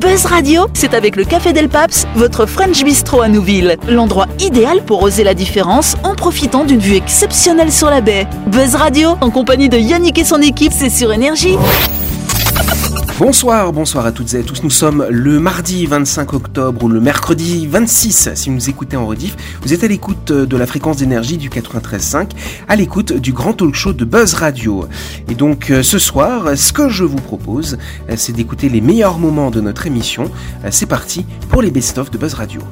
Buzz Radio, c'est avec le Café Del Paps, votre French Bistro à Nouville. L'endroit idéal pour oser la différence en profitant d'une vue exceptionnelle sur la baie. Buzz Radio, en compagnie de Yannick et son équipe, c'est sur Énergie. Bonsoir, bonsoir à toutes et à tous. Nous sommes le mardi 25 octobre ou le mercredi 26 si vous nous écoutez en rediff. Vous êtes à l'écoute euh, de la fréquence d'énergie du 93.5, à l'écoute du grand talk show de Buzz Radio. Et donc euh, ce soir, ce que je vous propose, euh, c'est d'écouter les meilleurs moments de notre émission. Euh, C'est parti pour les best-of de Buzz Radio.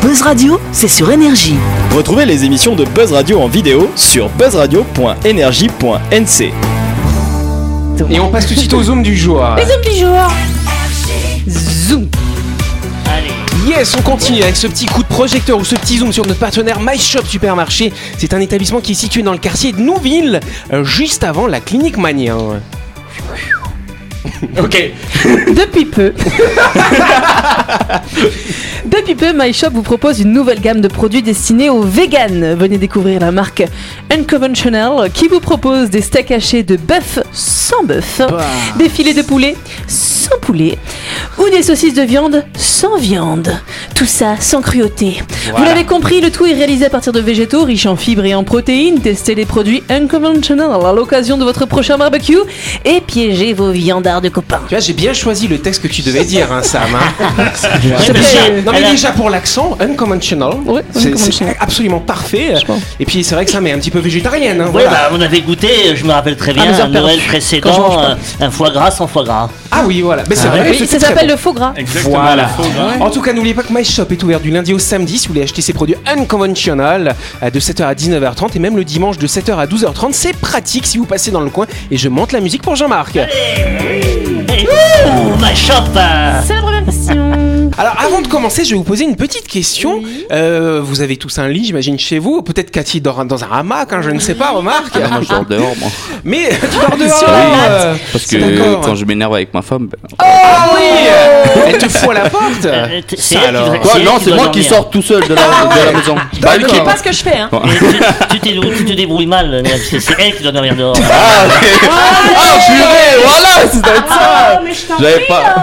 Buzz Radio, c'est sur énergie. Retrouvez les émissions de Buzz Radio en vidéo sur buzzradio.energie.nc. Et on passe tout de suite au zoom du jour. Les zooms du jour. Zoom. Yes, on continue avec ce petit coup de projecteur ou ce petit zoom sur notre partenaire My Shop Supermarché. C'est un établissement qui est situé dans le quartier de Nouville, euh, juste avant la clinique Mania. ok. Depuis peu. Depuis peu, MyShop vous propose une nouvelle gamme de produits destinés aux véganes. Venez découvrir la marque Unconventional qui vous propose des steaks hachés de bœuf sans bœuf, des filets de poulet sans poulet ou des saucisses de viande sans viande. Tout ça sans cruauté. Vous l'avez compris, le tout est réalisé à partir de végétaux riches en fibres et en protéines. Testez les produits Unconventional à l'occasion de votre prochain barbecue et piégez vos viandards de copains. Tu vois, j'ai bien choisi le texte que tu devais dire, hein, Sam. hein. Ça Déjà- fait- non, mais déjà pour l'accent, unconventional. Ouais, c'est- c'est unconventional. absolument parfait. pense. Et puis c'est vrai que Sam est un petit peu végétarienne. hein, Ouais, voilà. bah, on avait goûté, je me rappelle très bien, mais ça un Noël repère- quand je mange précédent, pas. euh, un foie gras sans foie gras. Ah oui, voilà. Mais c'est vrai, Oui, c'était ça très s'appelle bon. le faux gras. Exactement. Voilà. le faux gras. En tout cas, n'oubliez pas que My Shop est ouvert du lundi au samedi si vous voulez acheter ses produits unconventional euh, de 7h à 19h30 et même le dimanche de 7h à 12h30. C'est pratique si vous passez dans le coin et je monte la musique pour Jean-Marc. Hey, ouh, ma chope euh, C'est la première question. Alors, avant de commencer, je vais vous poser une petite question. Euh, vous avez tous un lit, j'imagine, chez vous. Peut-être Cathy dort un- dans un hamac, hein, je ne sais pas, remarque. Ah, moi je dors dehors moi. Mais tu dors dehors Sur la euh, Parce d'accord. que quand je m'énerve avec ma femme, ben, Ah oui Elle te fout à la porte euh, t- C'est elle qui alors. devrait- Quoi elle Non, qui c'est doit moi qui dormir. sors tout seul de la, de la maison. Bah, lui qui C'est pas ce que je fais, hein. Et tu, tu t'es- tu te débrouilles mal, Noël, c'est c'est elle qui doit dormir dehors. Ah, ok. Ah, purée, voilà, c'est ça. J'avais pas.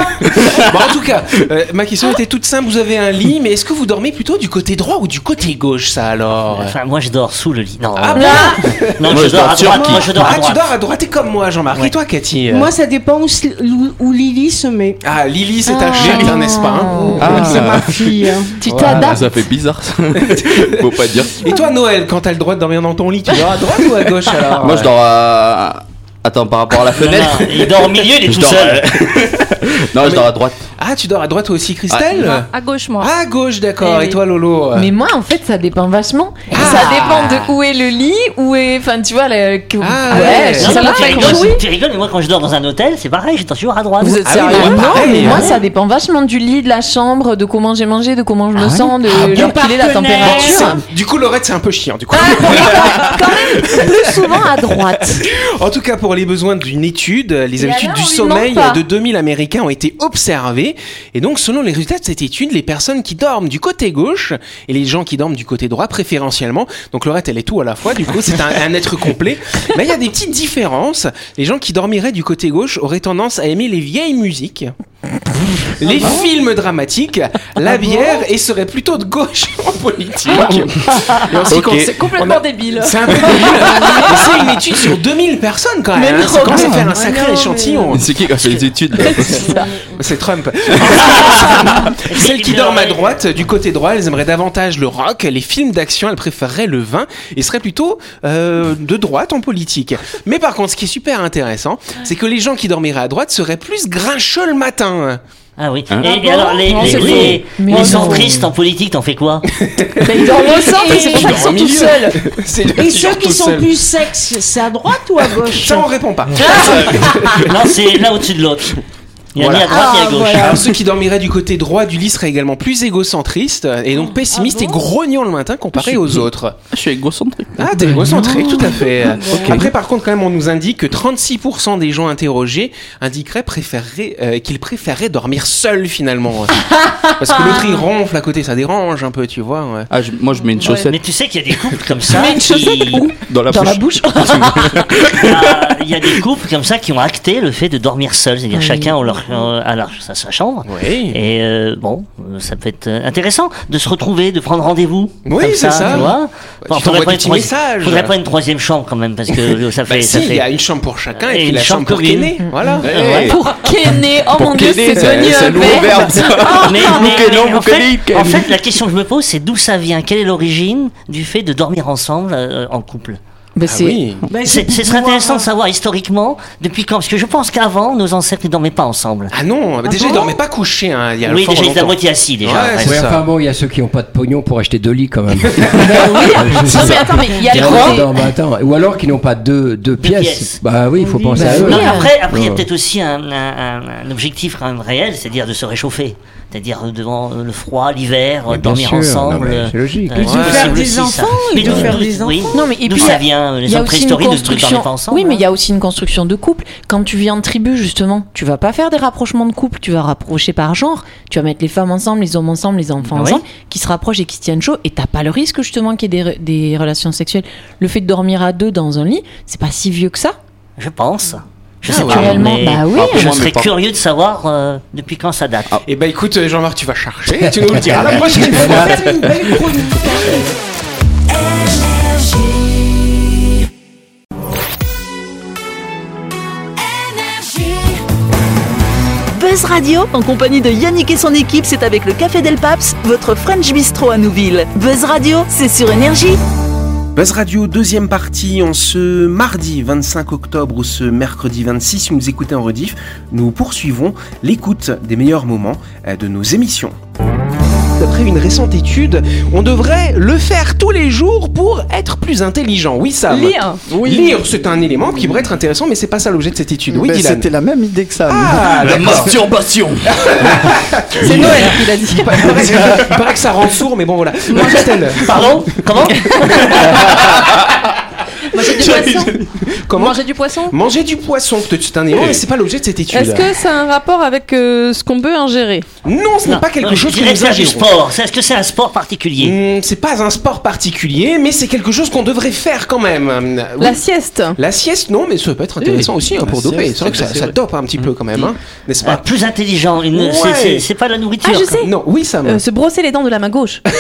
Bon, en tout cas, euh, ma question était toute simple. Vous avez un lit, mais est-ce que vous dormez plutôt du côté droit ou du côté gauche, ça alors Enfin, moi je dors sous le lit. Non, Ah euh, non Moi, je, je dors dors à sur droite. qui Moi je dors à Ah, tu droite. dors à droite, t'es comme moi, Jean-Marc. Et toi, Cathy euh Moi, ça dépend où, s- où- où Lily se met. Ah, Lily, c'est un chien, n'est-ce pas hein Ah. C'est ma fille. hein. Tu Ah, t'adaptes. ça fait bizarre ça. Faut pas dire. Et toi, Noël, quand t'as le droit de dormir dans ton lit, tu dors à droite ou à gauche alors Moi je dors à. Attends, par rapport à la Non, non, fenêtre il dort au milieu, il est Je tout dors- seul. Non, je dors à droite. Ah, tu dors à droite aussi, Christelle À gauche, moi. Ah, à gauche, d'accord. Eh Et oui. toi, Lolo Mais moi, en fait, ça dépend vachement. Ah. Ça dépend de où est le lit, où est. Enfin, tu vois, le. que- Ah, ouais. ouais, Non, ça mais m'a tu, fait rigoles, tu rigoles, mais moi quand je dors dans un hôtel, c'est pareil, je dors toujours à droite. Vous êtes Ah oui, bah, sérieux Non, pareil, mais moi, ouais. ça dépend vachement du lit, de la chambre, de comment j'ai mangé, de comment je Ah me sens, de bien l'heure qu'il est, la partenaire. température. Ah, C'est- Du coup, Laurette, c'est un peu chiant. Du coup. Plus souvent à droite. En tout cas, pour les besoins d'une étude, les Et habitudes alors, du on lui sommeil demande pas. de 2000 Américains ont été observées. Et donc, selon les résultats de cette étude, les personnes qui dorment du côté gauche et les gens qui dorment du côté droit préférentiellement. Donc, Laurette, elle est tout à la fois. Du coup, c'est un, un être complet. Mais il y a des petites différences. Les gens qui dormiraient du côté gauche auraient tendance à aimer les vieilles musiques. Ah Les films dramatiques, la bière et seraient plutôt de gauche en politique. Et en ce qui Ok. concerne- C'est on a- complètement débile. c'est un peu débile, mais c'est une étude sur 2000 personnes quand même. Mais hein. Ça non. commence à faire un sacré échantillon. C'est qui qui a fait les études là C'est Trump. Et euh, puis, Celles qui il dorment à dort- droite, du côté droit, elles aimeraient davantage le rock, les films d'action, elles préféreraient le vin et seraient plutôt euh, de droite en politique. Mais par contre, ce qui est super intéressant, c'est que les gens qui dormiraient à droite seraient plus grincheux le matin. Ah oui. Hein et, et alors, les, Non, les, c'est les, faux. Mais les non. centristes en politique, t'en fais quoi Mais ils dorment au centre et c'est pour ça Ils qu'ils sont dorment au tout milieu. seuls. C'est Et ils ceux dorment qui tout sont seuls. plus sexes, c'est à droite ou à gauche Ça, on répond pas. Non, c'est l'un au-dessus de l'autre. Il y a Voilà. ni à droite ni Ah, à gauche. voilà. Alors ceux qui dormiraient du côté droit du lit seraient également plus égocentristes et donc pessimistes et grognants le matin comparés aux autres. Je suis égocentrique. Ah, t'es égocentrique, tout à fait. Après, par contre, quand même, on nous indique que 36% des gens interrogés indiqueraient préférer, euh, qu'ils préféraient dormir seuls finalement. Parce que l'autre il ronfle à côté, ça dérange un peu, tu vois. ouais. Ah, je- moi je mets une chaussette Mais tu sais qu'il y a des couples comme ça. Mais une qui- Ah, chaussette où dans la Dans la bouche. bouche. Ah, Il il y a des couples comme ça qui ont acté le fait de dormir seul, c'est-à-dire chacun en leur- euh, à, leur- sa, sa chambre. Oui. Et euh, bon, euh, ça peut être euh, intéressant de se retrouver, de prendre rendez-vous. Oui, comme c'est ça. Bah, Tu vois tu t'envoies des petits troi- messages. faudrait pas une troisième chambre quand même, parce que ça fait. Bah, ça si, il fait... y a une chambre pour chacun Et et, puis une la chambre chambre pour commune. Kenny. Voilà. Hey, Pour Kené, oh mon dieu, Kenny, c'est devenu c'est un un nouveau verbe. verbe. ça. Ah, Mais, Vous mais- quel nom, mais en, vous quel fait, hic en fait, la question que je me pose, c'est d'où ça vient Quelle est l'origine du fait de dormir ensemble euh, en couple Bah, Ah c'est- oui. Ben, C'est- Ce pour serait pouvoir- intéressant de savoir historiquement depuis quand, parce que je pense qu'avant, nos ancêtres ne dormaient pas ensemble. Ah non, déjà ils bon dormaient pas couchés. hein, il y a Oui, fort déjà, ils étaient à longtemps. moitié assis déjà. Ouais, presque. c'est Ouais, ça. enfin bon, il y a ceux qui n'ont pas de pognon pour acheter deux lits quand même. Non, mais attends, mais il y a le côté. Non, bah, attends. Ou alors qui n'ont pas deux, deux pièces. pièces. Bah oui, il faut Oui, penser bah à eux. Non, mais après, après, il y a Ouais. peut-être aussi un, un- un- un objectif quand même réel, c'est-à-dire de se réchauffer. C'est-à-dire euh, devant euh, le froid, l'hiver, euh, Mais bien dormir sûr, non, ensemble. mais euh, C'est logique. euh, Ils c'est ont faire possible des aussi, ça. enfants, Mais ils ont d'où- faire des oui. Non, mais et D'où puis il y ça a- vient il Les y a aussi hommes une préhistoriques ne dormaient construction. pas ensemble. oui, mais hein. il y a aussi une construction de couple. Quand tu vis en tribu, justement, tu vas pas faire des rapprochements de couple, tu vas rapprocher par genre. Tu vas mettre les femmes ensemble, les hommes ensemble, les enfants Ah oui. ensemble, qui se rapprochent et qui se tiennent chaud. Et t'as pas le risque, justement, qu'il y ait des, des relations sexuelles. Le fait de dormir à deux dans un lit, c'est pas si vieux que ça. Je pense. Je Ah sais ouais. pas. Réellement, mais bah oui. Je Moi, serais mais pas- curieux de savoir euh, depuis quand ça date. Et bah écoute, euh, Jean-Marc, tu vas chercher et tu nous le diras la prochaine fois. Faire une belle chronique. Buzz Radio, en compagnie de Yannick et son équipe, c'est avec le Café Del Paps, votre French Bistro à Nouville. Buzz Radio, c'est sur Énergie. Buzz Radio, deuxième partie, en ce mardi 25 octobre ou ce mercredi 26, si vous nous écoutez en rediff, nous poursuivons l'écoute des meilleurs moments euh, de nos émissions. D'après une récente étude, on devrait le faire tous les jours pour être plus intelligent. Oui, Sam. Lire. Lire, c'est un élément qui pourrait être intéressant, mais c'est pas ça l'objet de cette étude. Oui, Ben, Dylan. C'était la même idée que ça. Ah, La d'accord. masturbation. C'est Noël qu'il a dit. Il paraît, que, il paraît que ça rend sourd, mais bon voilà. Marie-Estelle, Pardon Comment Manger du poisson. comment Manger du poisson. Manger du poisson, peut-être c'est un élément, mais c'est pas l'objet de cette étude. Est-ce que ça a un rapport avec euh, ce qu'on peut ingérer Non, ce n'est pas quelque non, chose je que dirais nous faire du ingérons. sport. C'est- Est-ce que c'est un sport particulier Hmm, c'est pas un sport particulier, mais c'est quelque chose qu'on devrait faire quand même. Hum, oui. La sieste. La sieste, non, mais ça peut être intéressant aussi hein, la pour sieste, doper. C'est vrai que ça, c'est ça vrai. dope un petit peu quand même, hein, n'est-ce Euh, pas Plus intelligent. une- Ouais. c'est- C'est c'est pas la nourriture. Ah, je quoi. sais. Non, oui, ça me. Euh, se brosser les dents de la main gauche. non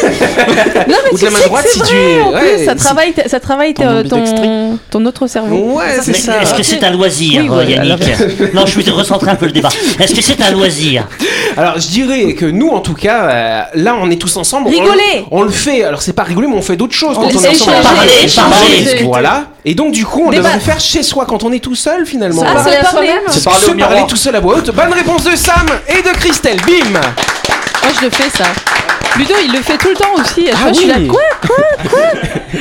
mais Ou de tu la main sais que droite, c'est si vrai, tu es- en ouais, plus, ça si- travaille, Ah, ta- ça travaille ta- ton, ambidextrie. ton autre cerveau. Ouais, c'est Mais ça. Est-ce que c'est un loisir, Oui, euh, voilà. Yannick Non, je vais te recentrer un peu le débat. Est-ce que c'est un loisir Alors, je dirais que nous, en tout cas, euh, là, on est tous ensemble. on- Rigoler On le fait. Alors, c'est pas rigoler, mais on fait d'autres choses quand on est Échanger, ensemble. parler, échanger. parler. Voilà. Et donc, du coup, on Débattre. devrait le faire chez soi quand on est tout seul, finalement. Ah, c'est Voilà. Parler à parler. soi-même. C'est se parler tout seul à voix haute. Bonne réponse de Sam et de Christelle. Bim Ah, Moi, je le fais ça. Ludo, il le fait tout le temps aussi. À Ah chaque fois, je suis là, quoi, quoi, quoi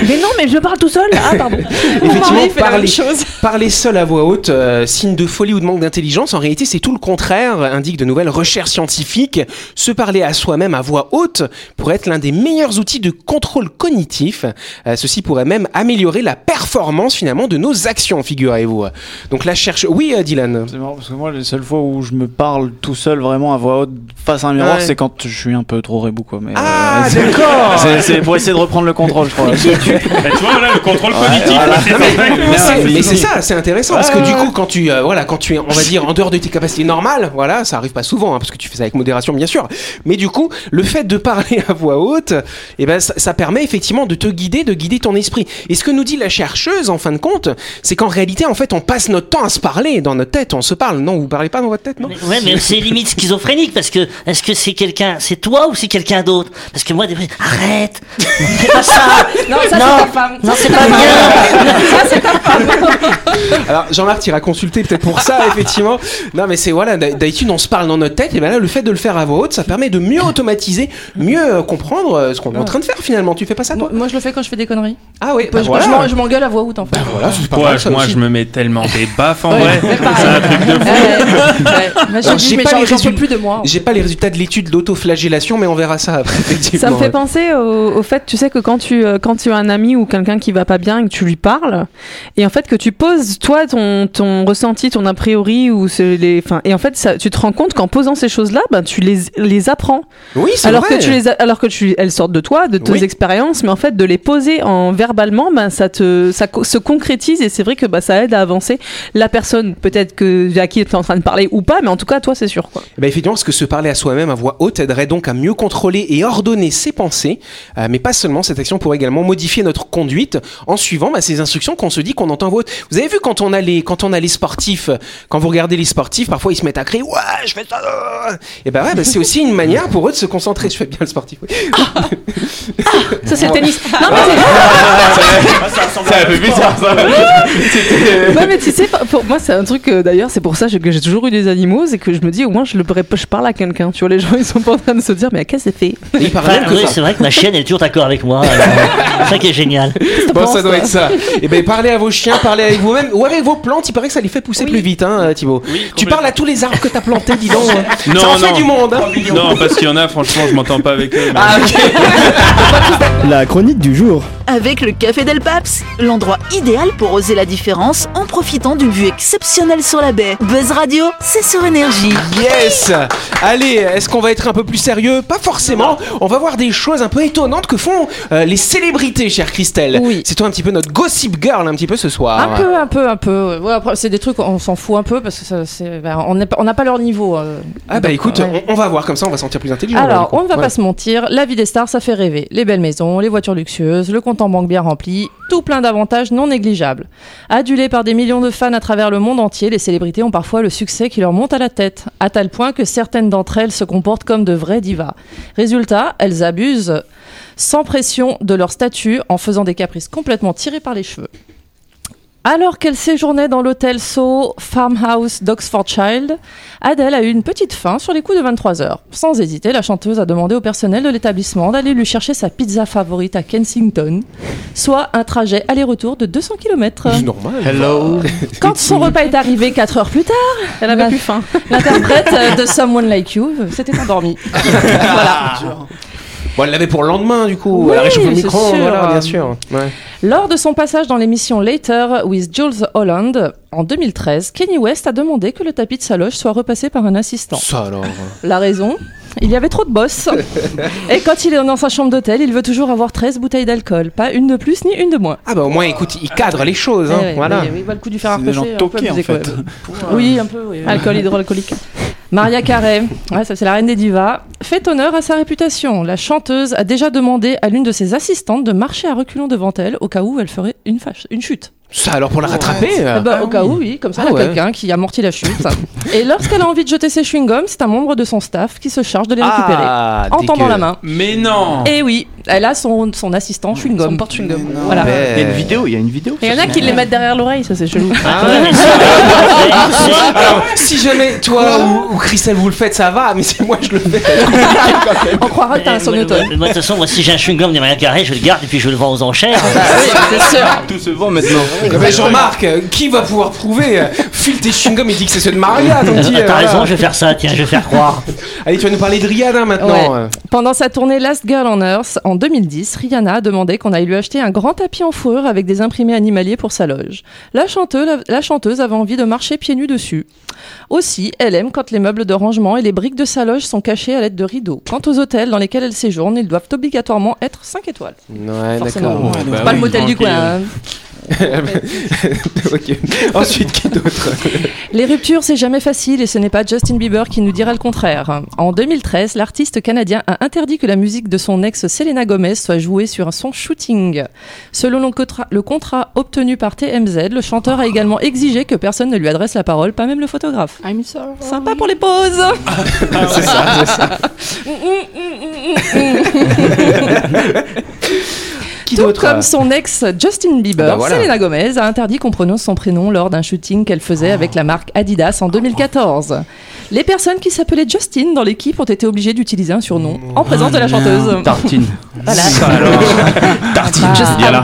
Mais non, mais je parle tout seul. Ah, pardon. Mon mari Effectivement, fait la même parler, chose. parler seul à voix haute, euh, signe de folie ou de manque d'intelligence, en réalité c'est tout le contraire, indique de nouvelles recherches scientifiques. Se parler à soi-même à voix haute pourrait être l'un des meilleurs outils de contrôle cognitif. Euh, ceci pourrait même améliorer la performance finalement de nos actions, figurez-vous. Donc la cherche... Oui, euh, Dylan C'est marrant parce que moi, les seules fois où je me parle tout seul vraiment à voix haute face à un miroir, Ouais. c'est quand je suis un peu trop rebou quoi. Mais Ah, euh, c'est- d'accord c'est- C'est pour essayer de reprendre le contrôle, je crois. Bah, tu vois, voilà, le contrôle cognitif. c'est Non, mais- parfait. mais c'est- mais- mais c'est ça, c'est intéressant parce que Ouais, du ouais. coup, quand tu, euh, voilà, quand tu es, on va dire, en dehors de tes capacités normales, voilà, ça arrive pas souvent hein, parce que tu fais ça avec modération, bien sûr. Mais du coup, le fait de parler à voix haute, eh ben, ça, ça permet effectivement de te guider, de guider ton esprit. Et ce que nous dit la chercheuse, en fin de compte, c'est qu'en réalité, en fait, on passe notre temps à se parler dans notre tête. On se parle. Non, vous parlez pas dans votre tête, non Mais- Ouais, mais c'est limite schizophrénique parce que est-ce que c'est quelqu'un, c'est toi ou c'est quelqu'un d'autre Parce que moi, des fois, arrête Non, Fais pas ça Non, ça, c'est Non. ta femme. Non, Ah, c'est pas bien Alors, Jean-Marc, tu consulté peut-être pour ça, effectivement. Non, mais c'est voilà, d'hab- d'habitude, on se parle dans notre tête, et bien là, le fait de le faire à voix haute, ça permet de mieux automatiser, mieux euh, comprendre euh, ce qu'on est en train de faire finalement. Tu fais pas ça, toi je le fais quand je fais des conneries. Ah oui, bah je voilà. m'en- je m'engueule à voix haute en fait. Bah voilà, c'est pas Quoi, mal, ça moi aussi. je me mets tellement des baffes en vrai. ouais, pareil. C'est un truc Alors, j'ai de fou. pas les résultats résultats. plus de moi. J'ai pas les résultats de l'étude d'autoflagellation, mais on verra ça après, effectivement. Ça me fait penser au, au fait, tu sais, que quand tu, euh, quand tu as un ami ou quelqu'un qui va pas bien et que tu lui parles, et en fait que tu poses toi toi ton, ton ressenti, ton a priori ou ce- les, enfin, et en fait, ça, tu te rends compte qu'en posant ces choses-là, ben tu les les apprends. Oui, c'est alors vrai. que tu les, a- alors que tu, elles sortent de toi, de tes Oui. expériences, mais en fait, de les poser en verbalement, ben ça te, ça co- se concrétise et c'est vrai que bah ça aide à avancer la personne, peut-être que à qui tu es en train de parler ou pas, mais en tout cas, toi, c'est sûr. Quoi. Eh ben, effectivement, parce que se parler à soi-même à voix haute aiderait donc à mieux contrôler et ordonner ses pensées, Euh, mais pas seulement, cette action pourrait également modifier notre conduite en suivant bah, ces instructions qu'on se dit qu'on entend à voix haute. Vous avez vu quand on a les, quand on a les sportifs, euh, quand vous regardez les sportifs, parfois ils se mettent à crier « Ouais, je fais ça euh. Et ben ouais, bah, c'est aussi une manière pour eux de se concentrer. Je fais bien le sportif. oui. Ça, c'est le tennis. Non, mais C'est un peu bizarre ça. Ouais, mais tu sais, pas- pour moi, c'est un truc, euh, d'ailleurs, c'est pour ça que j'ai toujours eu des animaux, c'est que je me dis, au moins, je, le, pré- je parle à quelqu'un. Tu vois, les gens, ils sont pas en train de se dire, mais à quel effet Il paraît Enfin, même que Bah, oui, ça. c'est vrai que ma chienne elle est toujours d'accord avec moi. alors, C'est ça qui est génial. Bon, Bah, ça penses, doit toi être ça. Et ben parlez à vos chiens, parlez avec vous-même ou avec vos plantes. Il paraît que ça les fait pousser plus vite, hein, euh, Thibaut. tu parles à tous les arbres que t'as plantés, dis donc. hein. Non, ça en fait non. du monde. hein. Non, parce qu'il y en a, franchement, je m'entends pas avec eux. mais- La chronique du jour. Avec le Café Del Paps, l'endroit idéal pour oser la différence en profitant d'une vue exceptionnelle sur la baie. Buzz Radio, c'est sur énergie. Yes Allez, est-ce qu'on va être un peu plus sérieux Pas forcément. On va voir des choses un peu étonnantes que font euh, les célébrités, chère Christelle. C'est toi un petit peu notre gossip girl un petit peu ce soir. Un peu, un peu, un peu. ouais. Ouais, après, c'est des trucs, on s'en fout un peu parce que ça, c'est, bah, on n'est pas- on n'a pas leur niveau. euh. Ah bah Donc, écoute, ouais. on, on va voir comme ça, on va se sentir plus intelligent. Alors, on ne va Voilà. pas se mentir, la vie des stars, ça fait rêver. Les belles maisons, les voitures luxueuses, le compte en banque bien rempli, tout plein d'avantages non négligeables. Adulés par des millions de fans à travers le monde entier, les célébrités ont parfois le succès qui leur monte à la tête, à tel point que certaines d'entre elles se comportent comme de vraies divas. Résultat, elles abusent sans pression de leur statut en faisant des caprices complètement tirés par les cheveux. Alors qu'elle séjournait dans l'hôtel Soho Farmhouse d'Oxfordshire, Adèle a eu une petite faim sur les coups de 23 heures. Sans hésiter, la chanteuse a demandé au personnel de l'établissement d'aller lui chercher sa pizza favorite à Kensington, soit un trajet aller-retour de 200 km. C'est normal. Hello. Quand son repas est arrivé 4 heures plus tard, elle avait plus faim. L'interprète euh, de Someone Like You euh, s'était endormie. Ah. Bon, elle l'avait pour le lendemain du coup. Oui, elle réchauffe le c'est micro, sûr. voilà, bien sûr. Ouais. Lors de son passage dans l'émission Later with Jules Holland en 2013, Kenny West a demandé que le tapis de sa loge soit repassé par un assistant. Ça alors. La raison Il y avait trop de boss. Et quand il est dans sa chambre d'hôtel, il veut toujours avoir 13 bouteilles d'alcool, pas une de plus ni une de moins. Ah bah au moins écoute, il cadre les choses, hein, Eh ouais, voilà. oui, oui, bah, le coup du fer à C'est des gens repêcher, un peu toqués, en abusé, fait. euh, quand même. Oui, un peu, oui. Alcool hydroalcoolique. Maria Carey, ouais, ça c'est la reine des divas, fait honneur à sa réputation. La chanteuse a déjà demandé à l'une de ses assistantes de marcher à reculons devant elle au cas où elle ferait une, fâche- une chute. Ça alors pour la rattraper. Ah euh. bah, au cas où, oui, comme ça, Ah elle a ouais. quelqu'un qui amortit la chute. Et lorsqu'elle a envie de jeter ses chewing-gums, c'est un membre de son staff qui se charge de les récupérer Ah, en tendant dégueu. la main. Mais non Et oui, elle a son, son assistant chewing-gum. Son porte-chewing-gum. Ah, Voilà. Il y a une vidéo, il y a une vidéo. Il y en a qui les mettent derrière l'oreille, ça c'est chelou. Ah, Alors, si jamais toi ou, ou Christelle vous le faites, ça va, mais si moi je le fais. On croira que ah, t'as un Moi, sonotone. moi, de toute façon, moi, si j'ai un chewing-gum des Maria Carré, je le garde et puis je le vends aux enchères. c'est sûr. Tout se vend maintenant. Mais Jean-Marc, euh, qui va pouvoir prouver euh, File tes chewing-gums et dis que c'est ceux de Maria. ton petit, euh, T'as raison, voilà. je vais faire ça, tiens, je vais faire croire. Allez, tu vas nous parler de Rihanna maintenant. Ouais. Pendant sa tournée Last Girl on Earth en 2010, Rihanna a demandé qu'on aille lui acheter un grand tapis en fourrure avec des imprimés animaliers pour sa loge. La chanteuse, la chanteuse avait envie de marcher pieds nus dessus. Aussi, elle aime quand les meubles de rangement et les briques de sa loge sont cachés à l'aide de rideaux. Quant aux hôtels dans lesquels elle séjourne, ils doivent obligatoirement être 5 étoiles. Euh, Ouais, Forcément. d'accord. C'est pas le motel du coin. hein. ok. Ensuite, qui d'autre Les ruptures, c'est jamais facile et ce n'est pas Justin Bieber qui nous dira le contraire. En 2013, l'artiste canadien a interdit que la musique de son ex Selena Gomez soit jouée sur son shooting. Selon le contra- le contrat obtenu par TMZ, le chanteur a également exigé que personne ne lui adresse la parole, pas même le photographe. Sympa pour les pauses Ah, Ah, C'est ça, c'est ça. Tout d'autre euh comme son ex Justin Bieber, Ah bah voilà. Selena Gomez a interdit qu'on prononce son prénom lors d'un shooting qu'elle faisait avec la marque Adidas en 2014. Les personnes qui s'appelaient Justin dans l'équipe ont été obligées d'utiliser un surnom en présence de la chanteuse. Tartine. Voilà. Ça alors. Tartine, Just bien là.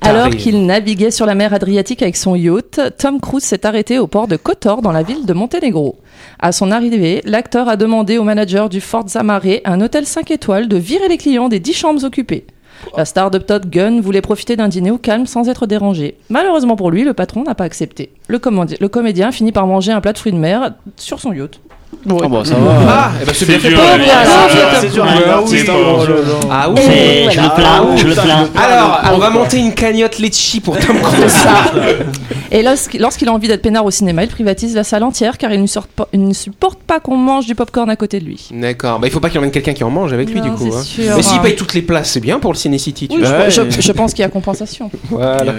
Alors Taré. qu'il naviguait sur la mer Adriatique avec son yacht, Tom Cruise s'est arrêté au port de Kotor dans la ville de Monténégro. À son arrivée, l'acteur a demandé au manager du Fort Zamaré, un hôtel 5 étoiles, de virer les clients des 10 chambres occupées. La star de Todd Gunn voulait profiter d'un dîner au calme sans être dérangé. Malheureusement pour lui, le patron n'a pas accepté. Le, commandi- le comédien finit par manger un plat de fruits de mer sur son yacht. Ah bah, ça va. Ah, eh ben, c'est bien fait pour lui. C'est dur. Ah oui, C'est bon. Ah C'est- oui, je le plains, je le plains. Alors, on va monter une cagnotte Litchi pour Tom Cruise. Et lorsqu'- lorsqu'il a envie d'être peinard au cinéma, il privatise la salle entière car il ne, sorte pas- il ne supporte pas qu'on mange du popcorn à côté de lui. D'accord, bah il faut pas qu'il emmène quelqu'un qui en mange avec lui Non, du coup. c'est hein. sûr. Mais s'il paye toutes les places, c'est bien pour le Ciné-City, tu Oui, vois. je, je- je pense qu'il y a compensation. Voilà.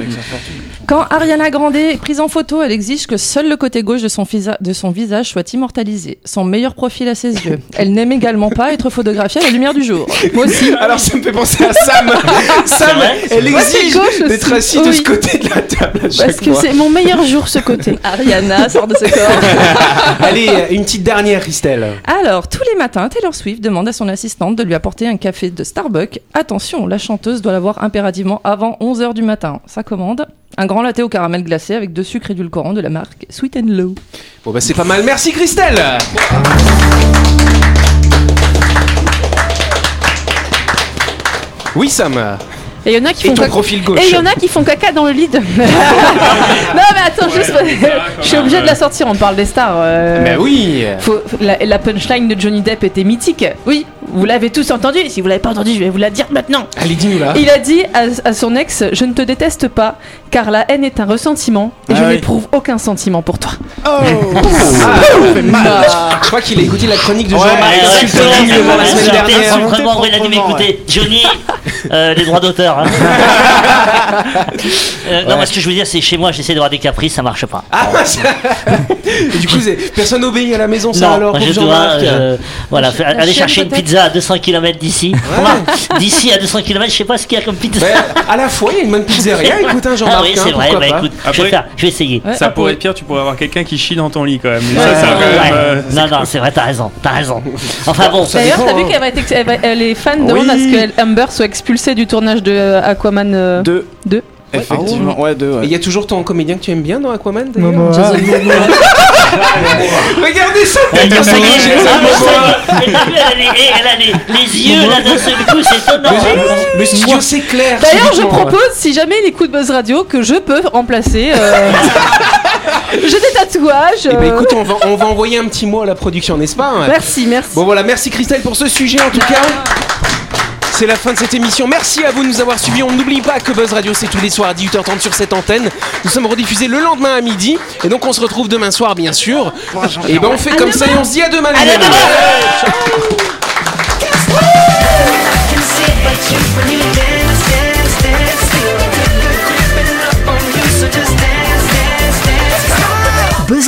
Quand Ariana Grande est prise en photo, elle exige que seul le côté gauche de son, fisa- de son visage soit immortalisé, son meilleur profil à ses yeux. Elle n'aime également pas être photographiée à la lumière du jour. Moi aussi. Alors ça me fait penser à Sam. Sam, elle exige d'être assise de ce côté de la table à chaque Parce que fois. c'est mon meilleur jour, ce côté. Ariana sort de ce corps. Allez, une petite dernière, Christelle. Alors, tous les matins, Taylor Swift demande à son assistante de lui apporter un café de Starbucks. Attention, la chanteuse doit l'avoir impérativement avant 11h du matin. Sa commande un grand latte au caramel glacé avec deux sucres édulcorants de la marque Sweet and Low. Bon bah c'est pas mal, merci Christelle Oui Sam Et il y en a qui Et font ton caca- profil gauche. Et Eh, il y en a Ah, qui font caca dans le lit. non mais attends juste, je suis obligée de la sortir. On parle des stars. euh, Bah oui. faut- la, la punchline de Johnny Depp était mythique. Oui, vous l'avez tous entendu. Si vous l'avez pas entendu, je vais vous la dire maintenant. Allez, dis-nous là Il a dit à, à son ex Je ne te déteste pas, car la haine est un ressentiment et je Ah oui. n'éprouve aucun sentiment pour toi. Oh. Ah, ça fait mal. Je crois qu'il a écouté la chronique de Ah, Jean-Marc Sultering devant la semaine dernière. vraiment envoyé l'anime écouter. Johnny, euh, les droits d'auteur. hein. Euh, Non, Ouais. moi, ce que je veux dire, c'est chez moi, j'essaie d'avoir des caprices, ça marche pas. Ah, Et du coup, c'est- personne n'obéit à la maison, ça Non, alors moi, pour je dois Jean-Marc euh, voilà, faire- la aller chaîne, chercher une peut-être pizza à 200 km d'ici. Enfin, D'ici à 200 km, je sais pas ce qu'il y a comme pizza. Bah, à la fois, il y a une bonne pizzeria, écoute, hein, Jean-Marc, Ah oui, hein, c'est vrai, pourquoi bah, pas. écoute, je, vais Après, faire, je vais essayer. ça pourrait être pire, tu pourrais avoir quelqu'un qui chie dans ton lit quand même. Ouais, Ça, ça va quand ouais. même, euh, non, non, c'est vrai, t'as raison, t'as raison. Enfin bon, D'ailleurs, t'as vu qu'elle va être ex- elle va- elle- les fans demandent à ce que Amber soit expulsée du tournage de euh, Aquaman 2. Effectivement, ouais, deux. Et il y a toujours ton comédien que tu aimes bien dans Aquaman d'ailleurs Momoa. Jason Momoa. Regardez ça Elle Jason a les- Momoa. elle a les- elle a les- les yeux là d'un seul coup, c'est étonnant. Le- Le studio s'éclaire D'ailleurs, je subitement. propose, si jamais il écoute Buzz Radio, que je peux remplacer. euh, J'ai des tatouages. Eh ben euh, écoute, on va, on va envoyer un petit mot à la production, n'est-ce pas hein Merci, merci. Bon voilà, merci Christelle pour ce sujet en tout cas. C'est la fin de cette émission. Merci à vous de nous avoir suivis. On n'oublie pas que Buzz Radio, c'est tous les soirs à 18h30 sur cette antenne. Nous sommes rediffusés le lendemain à midi. Et donc, on se retrouve demain soir, bien sûr. Et ben, on fait À comme demain. ça et on se dit à demain, À les amis. demain. Buzz